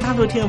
大陆听众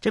这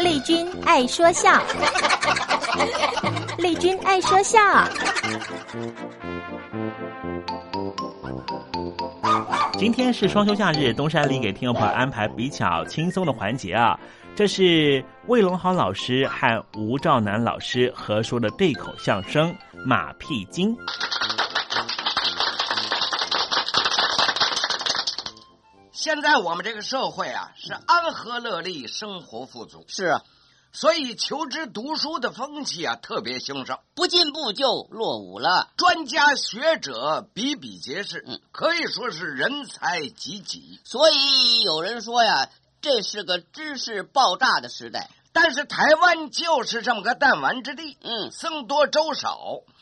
丽君爱说笑， 丽君爱说笑。今天是双休假日，东山里给听众朋友安排比较轻松的环节啊。这是魏龙豪老师和吴兆南老师合说的对口相声《马屁精》。现在我们这个社会啊，是安和乐利，生活富足，是啊，所以求知读书的风气啊特别兴盛，不进步就落伍了。嗯专家学者比比皆是，可以说是人才济济。所以有人说呀，这是个知识爆炸的时代。但是台湾就是这么个弹丸之地，嗯，僧多粥少，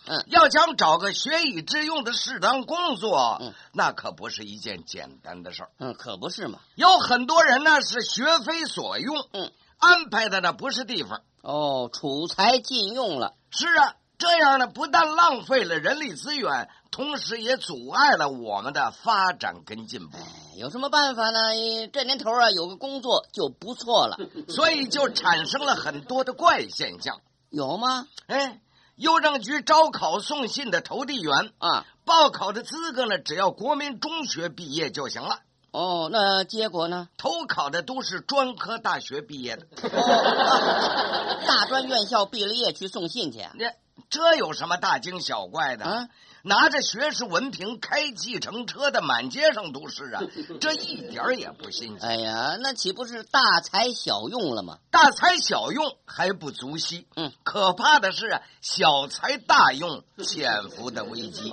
嗯，要想找个学以致用的适当工作，嗯那可不是一件简单的事儿。嗯，可不是嘛。有很多人呢是学非所用，嗯，安排的呢不是地方。哦，储才禁用了。是啊，这样呢不但浪费了人力资源，同时也阻碍了我们的发展跟进 步。哎有什么办法呢？哎这年头啊，有个工作就不错了。所以就产生了很多的怪现象。有吗？哎，邮政局招考送信的投递员啊，报考的资格呢，只要国民中学毕业就行了。哦，那结果呢？投考的都是专科大学毕业的，哦，啊大专院校毕了业去送信去啊？这这有什么大惊小怪的？啊拿着学士文凭开计程车的满街上都是 啊，这一点儿也不新鲜。哎呀，那岂不是大材小用了吗？大材小用还不足惜，嗯，可怕的是啊，小材大用，潜伏的危机。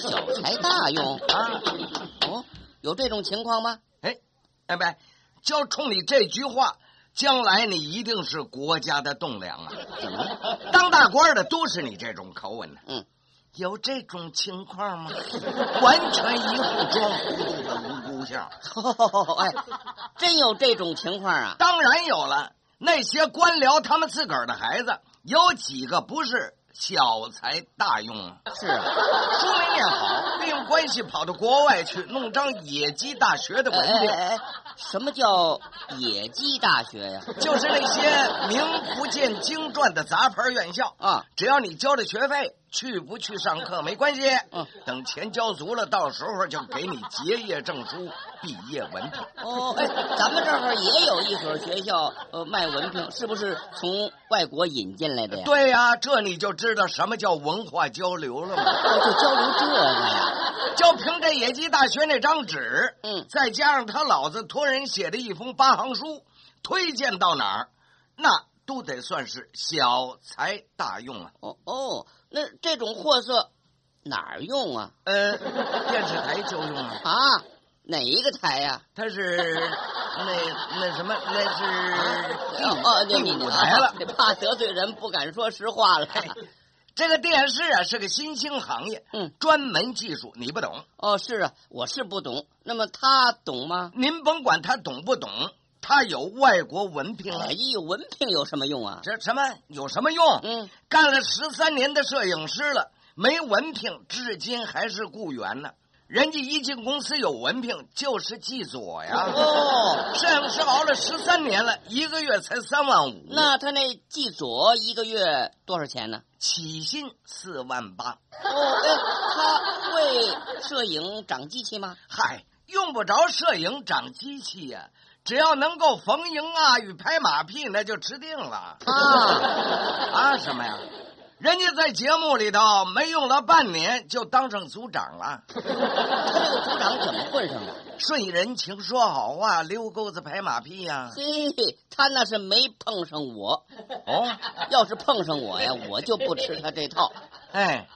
小材大用啊！哦，有这种情况吗？哎，哎不，就冲你这句话，将来你一定是国家的栋梁啊！当大官的都是你这种口吻呢、嗯，有这种情况吗？ 完全一副装糊涂的无辜 相。哎，真有这种情况啊！当然有了，那些官僚他们自个儿的孩子，有几个不是小财大用啊？是啊，书没念好，利用关系跑到国外去弄张野鸡大学的哎文哎凭。哎，哎什么叫野鸡大学呀、 就是那些名不见经传的杂牌院校啊，只要你交了学费，去不去上课没关系。嗯，等钱交足了，到时候就给你结业证书、毕业文凭。哦，哎，咱们这儿也有一所学校，呃，卖文凭，是不是从外国引进来的呀？，对呀、这你就知道什么叫文化交流 了嘛。哦就交流这个呀。 就凭这野鸡大学那张纸，嗯再加上他老子托人写的一封八行书，推荐到哪儿，那都得算是小财大用啊。哦哦，那这种货色哪儿用啊？呃，电视台就用啊。啊，哪一个台啊呀、他 是那那什么，那是哦哦，第你五你第五台了。怕得罪人，不敢说实话了。 这个电视啊是个新兴行业，嗯，专门技术你不懂，哦，是啊，我是不懂。那么他懂吗？您甭管他懂不懂，他有外国文凭啊哎，呦，文凭有什么用啊？这什么有什么用？嗯，干了十三年的摄影师了，没文凭，至今还是雇员呢。人家一进公司有文凭就是记左呀，哦，摄影师熬了十三年了，一个月才三万五，那他那记左一个月多少钱呢？起薪四万八。哦，哎，他会摄影长机器吗？嗨，用不着摄影长机器呀、只要能够逢迎啊与拍马屁，那就吃定了啊， 啊！什么呀？人家在节目里头没用了半年就当上组 长了，他这个组长怎么混上的？顺人情说好话，溜钩子拍马屁呀、嘿，他那是没碰上我。哦，要是碰上我呀，我就不吃他这套。哎，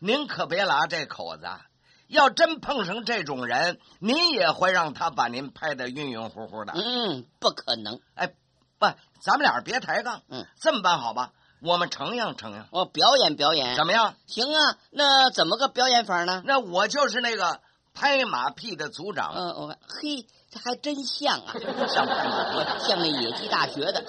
您可别拉这口子啊，要真碰上这种人，您也会让他把您拍得晕晕乎乎的。嗯，不可能。哎，不，咱们俩别抬杠。嗯，这么办好吧？我们承让承让，我表演表演怎么样？行啊？那怎么个表演法呢？那我就是那个拍马屁的组长，嗯，我看， 嘿，这还真像啊，像拍马屁。我像那野鸡大学的。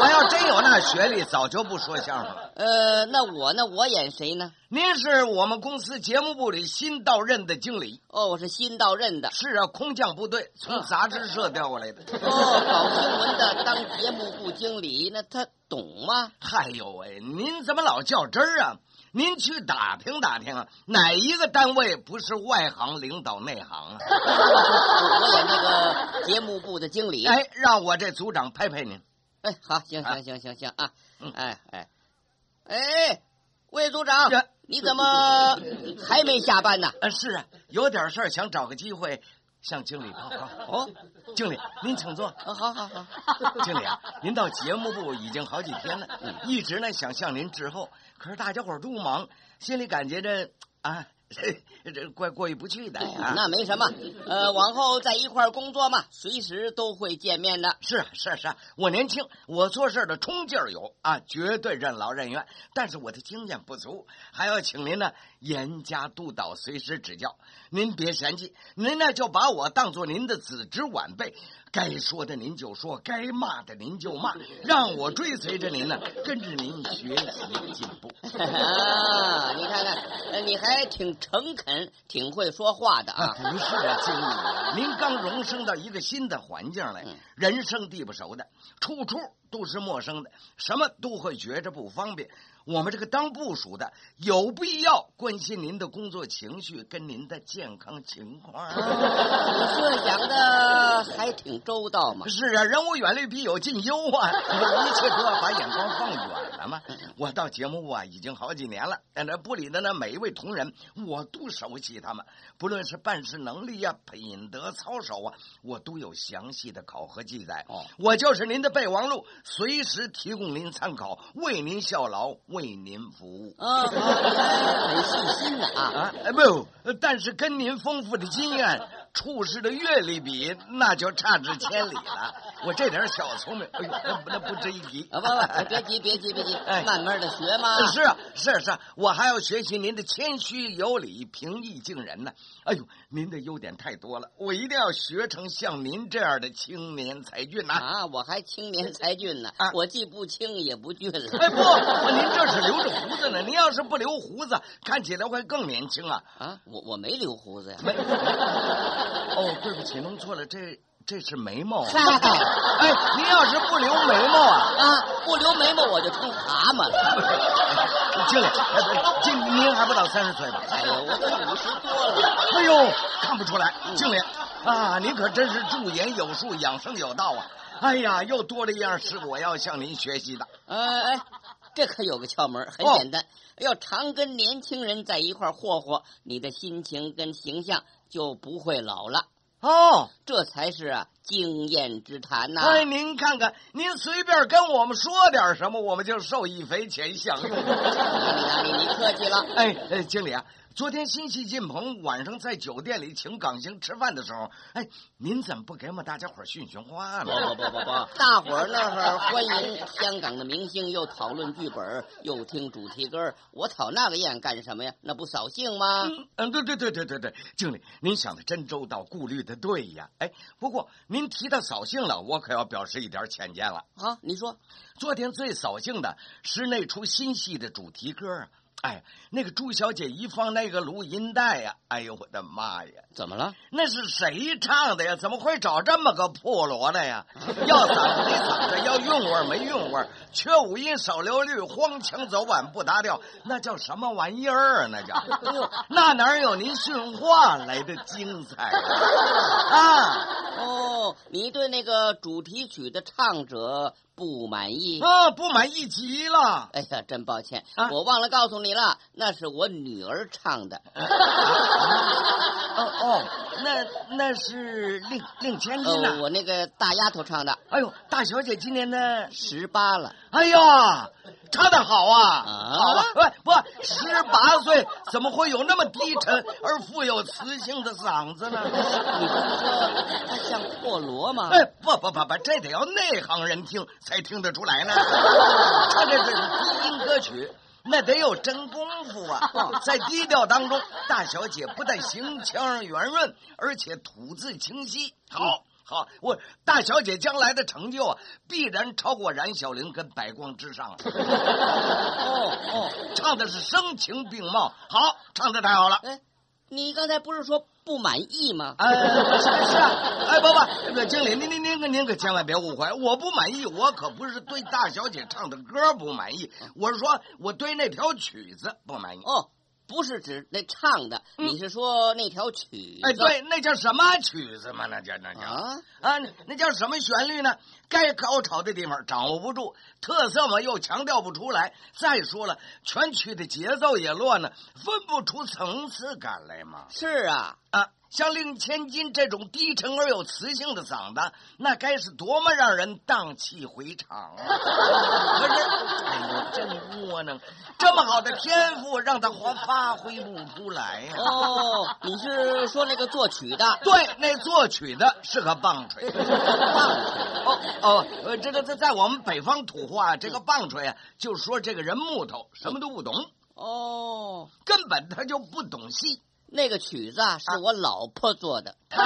我要真有那学历，早就不说相声了。呃，那我呢？我演谁呢？您是我们公司节目部里新到任的经理。哦，我是新到任的。是啊，空降部队从杂志社调过来的。哦，搞新闻的当节目部经理，那他懂吗？哎呦喂，您怎么老较真儿啊？您去打听打听，啊哪一个单位不是外行领导内行啊？ 我演那个节目部的经理。哎，让我这组长拍拍您。嗯哎，好，行行行行行啊！哎哎哎，魏组长，你怎么还没下班呢？啊，是啊，有点事儿，想找个机会向经理报告。哦，经理，您请坐。好好好，经理啊，您到节目部已经好几天了，嗯一直呢想向您致后，可是大家伙儿都忙，心里感觉着啊， 这这怪过意不去的啊。嗯那没什么，呃，往后在一块儿工作嘛，随时都会见面的。是啊，是啊，是啊，我年轻，我做事的冲劲儿有啊，绝对任劳任怨。但是我的经验不足，还要请您呢严加督导，随时指教。您别嫌弃，您呢就把我当做您的子侄晚辈，该说的您就说，该骂的您就骂，让我追随着您呢，跟着您学习进步。 啊，你看看，你还挺诚恳，挺会说话的啊。不是啊，经理，您刚荣升到一个新的环境来，嗯、人生地不熟的，处处都是陌生的，什么都会觉着不方便。我们这个当部署的有必要关心您的工作情绪跟您的健康情况、啊。你设想的还挺周到嘛。是啊，人无远虑，必有近忧啊， 一切都要把眼光放远了嗯嘛。我到节目部啊已经好几年了，但这部里的呢每一位同仁我都熟悉他们，不论是办事能力呀、啊、品德操守啊，我都有详细的考核记载。哦，我就是您的备忘录，随时提供您参考，为您效劳。为您服务啊，很细心的啊啊！不，但是跟您丰富的经验、处事的阅历比，那就差之千里了。我这点小聪明，哎呦，那不值一提哎啊！不不，别急，别急，别急，慢慢的学嘛。是啊，是啊，是啊，我还要学习您的谦虚有礼、平易近人呢。哎呦，您的优点太多了，我一定要学成像您这样的青年才俊呐！啊，我还青年才俊呢，我既不青也不俊了。哎不，您这。这是留着胡子呢，您要是不留胡子，看起来会更年轻啊！啊，我我没留胡子呀。没。哦，对不起，弄错了，这这是眉毛、啊。哎，您要是不留眉毛啊，啊，不留眉毛我就成蛤蟆 了。经理，经您还不到三十岁吧？哎呦，我都五十多了。哎呦，看不出来，经理啊，您可真是驻颜有术，养生有道啊！哎呀，又多了一样是我要向您学习的。哎哎。这可有个窍门，很简单，哦、要常跟年轻人在一块霍霍，你的心情跟形象就不会老了。哦，这才是啊经验之谈呐、啊！哎，您看看，您随便跟我们说点什么，我们就受益匪 浅，享用。哪里？你客气了。哎哎，经理啊，昨天新戏进棚，晚上在酒店里请港星吃饭的时候，哎，您怎么不给我们大家伙训训话呢？不不不 不不，大伙儿那会儿欢迎香港的明星，又讨论剧本，又听主题歌，我讨那个厌干什么呀？那不扫兴吗？嗯嗯，对对对对对对，经理，您想的真周到，顾虑的。对呀，哎，不过您提到扫兴了，我可要表示一点浅见了啊！你说，昨天最扫兴的是那出新戏的主题歌啊，哎，那个朱小姐一放那个录音带呀、啊，哎呦我的妈呀！怎么了？那是谁唱的呀？怎么会找这么个破锣的呀？要嗓子没嗓子，要韵味没韵味，缺五音少六律，荒腔走板不搭调，那叫什么玩意儿啊？那叫，那哪有您训话来的精彩啊？啊哦，你对那个主题曲的唱者不满意啊？不满意极了！哎呀，真抱歉，啊、我忘了告诉你了，那是我女儿唱的。哦哦，那那是令令千金呢、哦，我那个大丫头唱的。哎呦，大小姐今年呢十八了。哎呀，唱的好啊！啊好了，不不，十八岁怎么会有那么低沉而富有磁性的嗓子呢？你不是说她像破锣吗？哎，不不不不，这得要内行人听才听得 出来呢。唱这是低音歌曲。那得有真功夫 啊！在低调当中，大小姐不但行腔圆润，而且吐字清晰。好，好，我大小姐将来的成就啊，必然超过冉小玲跟百光之上啊。哦哦，唱的是声情并茂，好，唱的太好了。哎，你刚才不是说不满意吗？哎，是啊是啊，哎，伯伯，这个经理，您您您可您可千万别误会，我不满意，我可不是对大小姐唱的歌不满意，我是说我对那条曲子不满意。哦。不是指那唱的，你是说那条曲子？哎，对，那叫什么曲子嘛？那叫那叫啊啊，那那叫什么旋律呢？该高潮的地方掌握不住，特色嘛又强调不出来。再说了，全曲的节奏也乱了，分不出层次感来嘛。是啊，啊，像令千金这种低沉而有磁性的嗓子，那该是多么让人荡气回肠啊！ 可是，哎呦，真窝囊，这么好的天赋让他发发挥不出来呀、哦，你是说那个作曲的？对，那作曲的是个棒 槌，棒槌。哦哦，呃，这个在在我们北方土话，这个棒槌啊，就说这个人木头，什么都不懂，哦，根本他就不懂戏。那个曲子啊，是我老婆做的。 他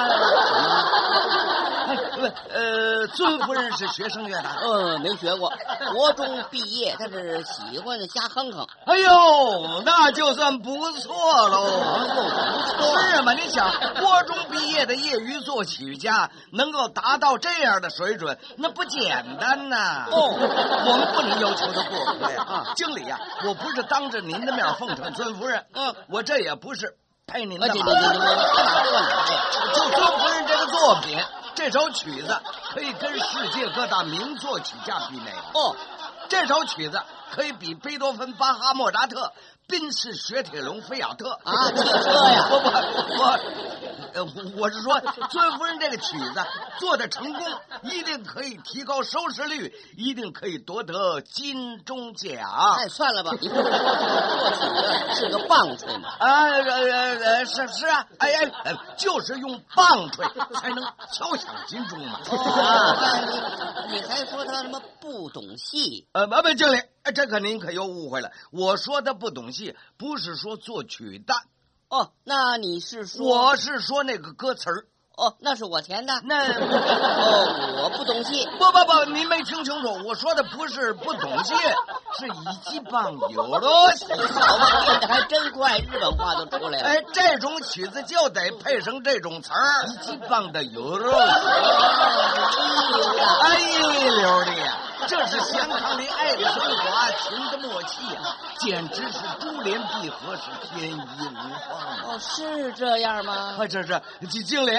哎呃，尊夫人是学声乐哦的。嗯，没学过，国中毕业，但是喜欢瞎哼哼。哎呦，那就算不错喽。是嘛？你想，国中毕业的业余作曲家能够达到这样的水准，那不简单呐、哦我们不能要求他过分啊，经理呀、我不是当着您的面奉承尊夫人，嗯，我这也不是拍您哎，的你你马你你屁。你就尊夫人这个作品，这首曲子可以跟世界各大名作曲家媲美。哦，这首曲子可以比贝多芬、巴哈、莫扎特、宾士、雪铁龙、菲亚特啊汽车呀不不， 我呃我我是说，尊夫人这个曲子做的成功，一定可以提高收视率，一定可以夺得金钟奖。哎，算了吧，你不是说作曲的是个棒槌吗？啊，呃呃呃，是是啊，哎哎，哎就是用棒槌才能敲响金钟嘛。 哦，你你还说他他妈不懂戏？呃，不不，经理，哎这可您可又误会了。我说的不懂戏，不是说作曲的，哦，那你是说我是说那个歌词儿。哦，那是我填的。那哦，我不懂戏。不不不，您没听清楚，我说的不是不懂 戏，是一级棒有罗西。好吧，念 的还真快，日本话都出来了。哎，这种曲子就得配上这种词儿，一级棒的有哦罗西。哎一流的呀！啊这是香港的爱的升华，群的默契啊，简直是珠联璧合，是天衣无缝啊！哦，是这样吗？啊，这是经经理，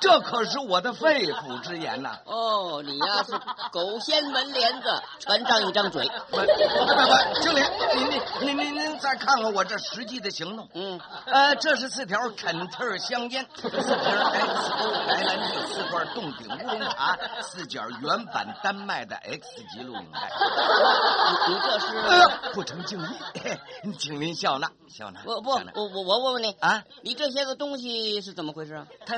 这可是我的肺腑之言 呐、哦，你呀、 是狗掀门帘子，船上一张嘴。不不不，经理，您您您您您再看看我这实际的行动。嗯，呃，这是四条肯特儿香烟，四瓶艾斯白兰地，四罐冻顶乌龙茶，四卷原版丹麦的 X 级录影带。你你这是？哎呦，不成敬意，嘿请您笑纳笑纳。不不，笑纳我我我问问你啊，你这些个东西是怎么回事啊？他。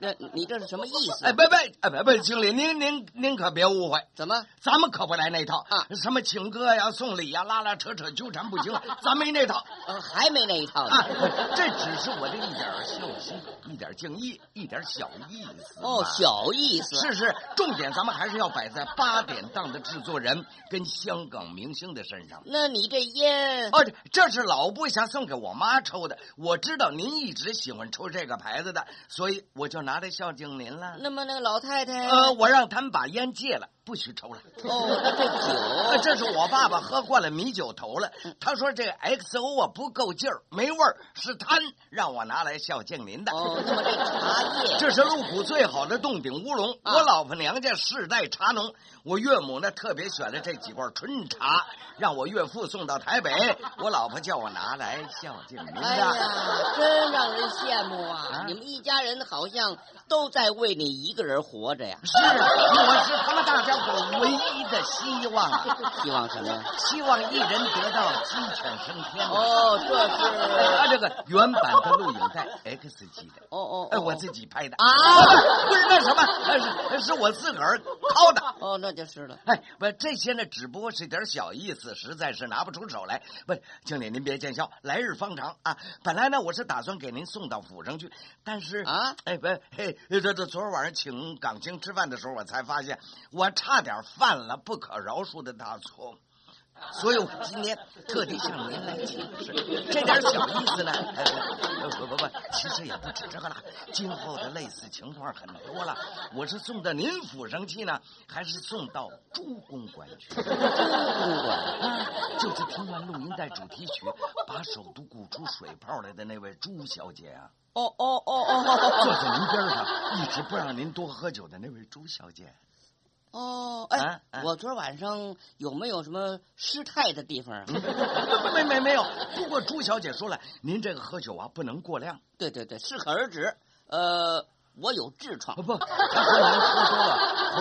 那你这是什么意思？哎，不不，哎不不，经理，您您您可别误会，怎么？咱们可不来那套啊什么请客呀、送礼呀、拉拉扯扯、纠缠不 清，咱没那套呃，还没那一套呢。啊！这只是我的一点儿孝心，一点儿敬意，一点儿小意思嘛。哦，小意思。是是，重点咱们还是要摆在八点档的制作人跟香港明星的身上。那你这烟哦，这这是老部下送给我妈抽的，我知道您一直喜欢抽这个牌子的，所以我就拿来孝敬您了。那么那个老太太，呃，我让他们把烟戒了，不许抽了。哦，那这呃酒，这是我爸爸喝惯了米酒头了，他说这个 XO 啊不够劲儿，没味儿，是贪，让我拿来孝敬您的。哦，那么这茶叶，这是路虎最好的洞顶乌龙，啊我老婆娘家世代茶农，我岳母呢特别选了这几罐纯茶，让我岳父送到台北，我老婆叫我拿来孝敬您哎的。呀， 真让人羡慕啊！啊你们一家人好像都在为你一个人活着呀。是啊，我是他们大家伙唯一的希望啊，希望什么呀？希望一人得道，鸡犬升天啊。 哦，这是他这个原版的录影带 X 级的，哦哦，哎，我这自己拍的啊不是那什么，呃是是我自个儿掏的，哦，那就是了。 哎，不，这些呢，只不过是点小意思，实在是拿不出手来。不，经理您别见笑，来日方长啊。本来呢，我是打算给您送到府上去，但是啊，哎不，嘿，这这昨儿晚上请港青吃饭的时候，我才发现我差点犯了不可饶恕的大错。所以我今天特地向您来请示，这点小意思呢，哎不不不，其实也不止这个了。今后的类似情况很多了，我是送到您府上去呢，还是送到朱公馆去？朱公馆啊，就是听完录音带主题曲，把首都鼓出水泡来的那位朱小姐啊。哦哦哦哦，坐在您边上，一直不让您多喝酒的那位朱小姐。哦，哎，啊啊我昨儿晚上有没有什么失态的地方啊？ 没没没有，不过朱小姐说了，您这个喝酒啊不能过量。对对对，适可而止。呃，我有痔疮啊不不，他说您喝多了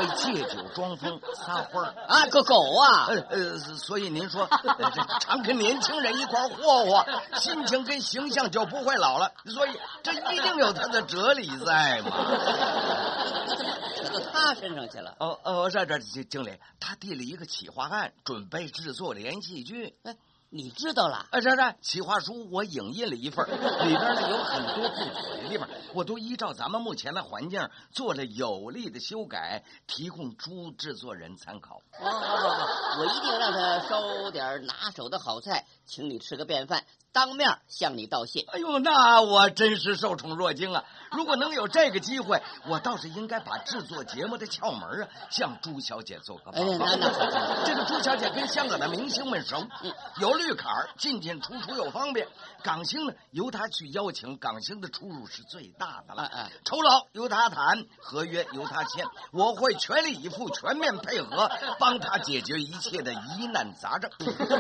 会借酒装疯撒欢儿。啊，个狗啊！呃呃，所以您说、呃这常跟年轻人一块儿霍霍，心情跟形象就不会老了，所以这一定有它的哲理在嘛。扯到他身上去了。哦哦，是这经经理，他递了一个企划案，准备制作连续剧。哎，你知道了？哎，这这企划书我影印了一份儿，里边呢有很多不妥的地方，我都依照咱们目前的环境做了有力的修改，提供诸制作人参考。哦，好好好，我一定让他烧点拿手的好菜，请你吃个便饭，当面向你道谢。哎呦，那我真是受宠若惊啊！ 如果能有这个机会，我倒是应该把制作节目的窍门啊，向朱小姐做个报哎呀告。那那嗯这个朱小姐跟香港的明星们熟，有绿卡儿，进进出出又方便。港星呢，由她去邀请，港星的出入是最大的了。哎哎酬劳由她谈，合约由她签，我会全力以赴，全面配合，帮她解决一切的疑难杂症。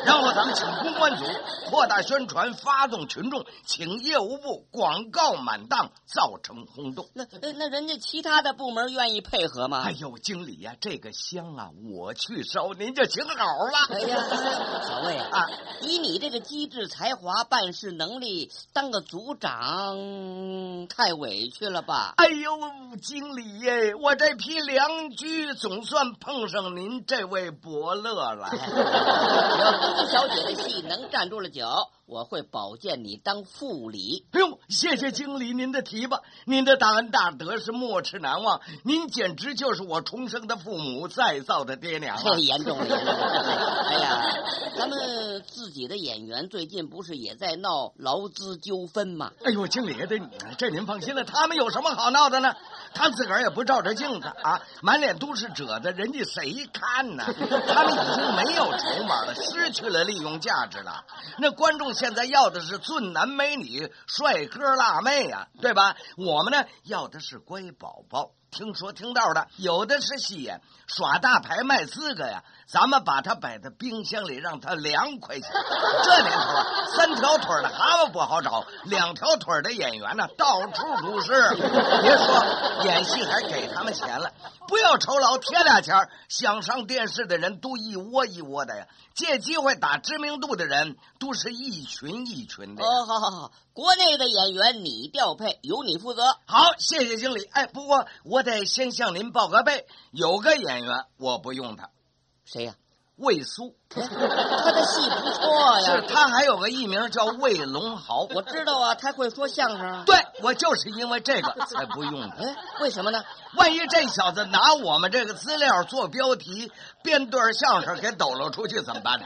然后咱们请公关组扩大宣传，发动群众，请业务部广告满档，造成轰动。那呃那那人家其他的部门愿意配合吗？哎呦，经理呀、这个香啊，我去烧，您就请好吧。哎呀， 小魏啊啊，以你这个机智才华、办事能力，当个组长嗯太委屈了 吧？哎呦，经理耶！我这批良驹总算碰上您这位伯乐了。行，小姐的戏能站住了脚，我会保荐你当副理。哎呦，谢谢经理您的提拔，您的大恩大德是没齿难忘，您简直就是我重生的父母，再造的爹娘太哎啊！严重了，严重了！ 哎 呀，咱们自己的演员最近不是也在闹劳资纠纷吗？哎呦，经理，这这您放心了，他们有什么好闹的呢？他自个儿也不照照镜子啊，满脸都是褶子，人家谁看呢？他们已经没有筹码了，失去了利用价值了。那观众现在要的是俊男美女、帅哥辣妹啊，对吧？我们呢要的是乖宝宝，听说听道的，有的是戏呀，耍大牌卖资格呀。咱们把它摆在冰箱里，让它凉快些。这年头啊，三条腿的蛤蟆不好找，两条腿的演员呢、到处都是。别说演戏还给他们钱了，不要酬劳贴俩钱儿想上电视的人都一窝一窝的呀，借机会打知名度的人都是一群一群的呀。哦，好好好，国内的演员你调配，由你负责。好，谢谢经理。哎，不过我得先向您报个备，有个演员我不用他，谁呀、魏苏， 他的戏不错是呀，他还有个艺名叫魏龙豪。我知道啊，他会说相声啊。对我就是因为这个才不用他。哎，为什么呢？ 万一这小子拿我们这个资料做标题，编段相声给抖搂出去怎么办呢？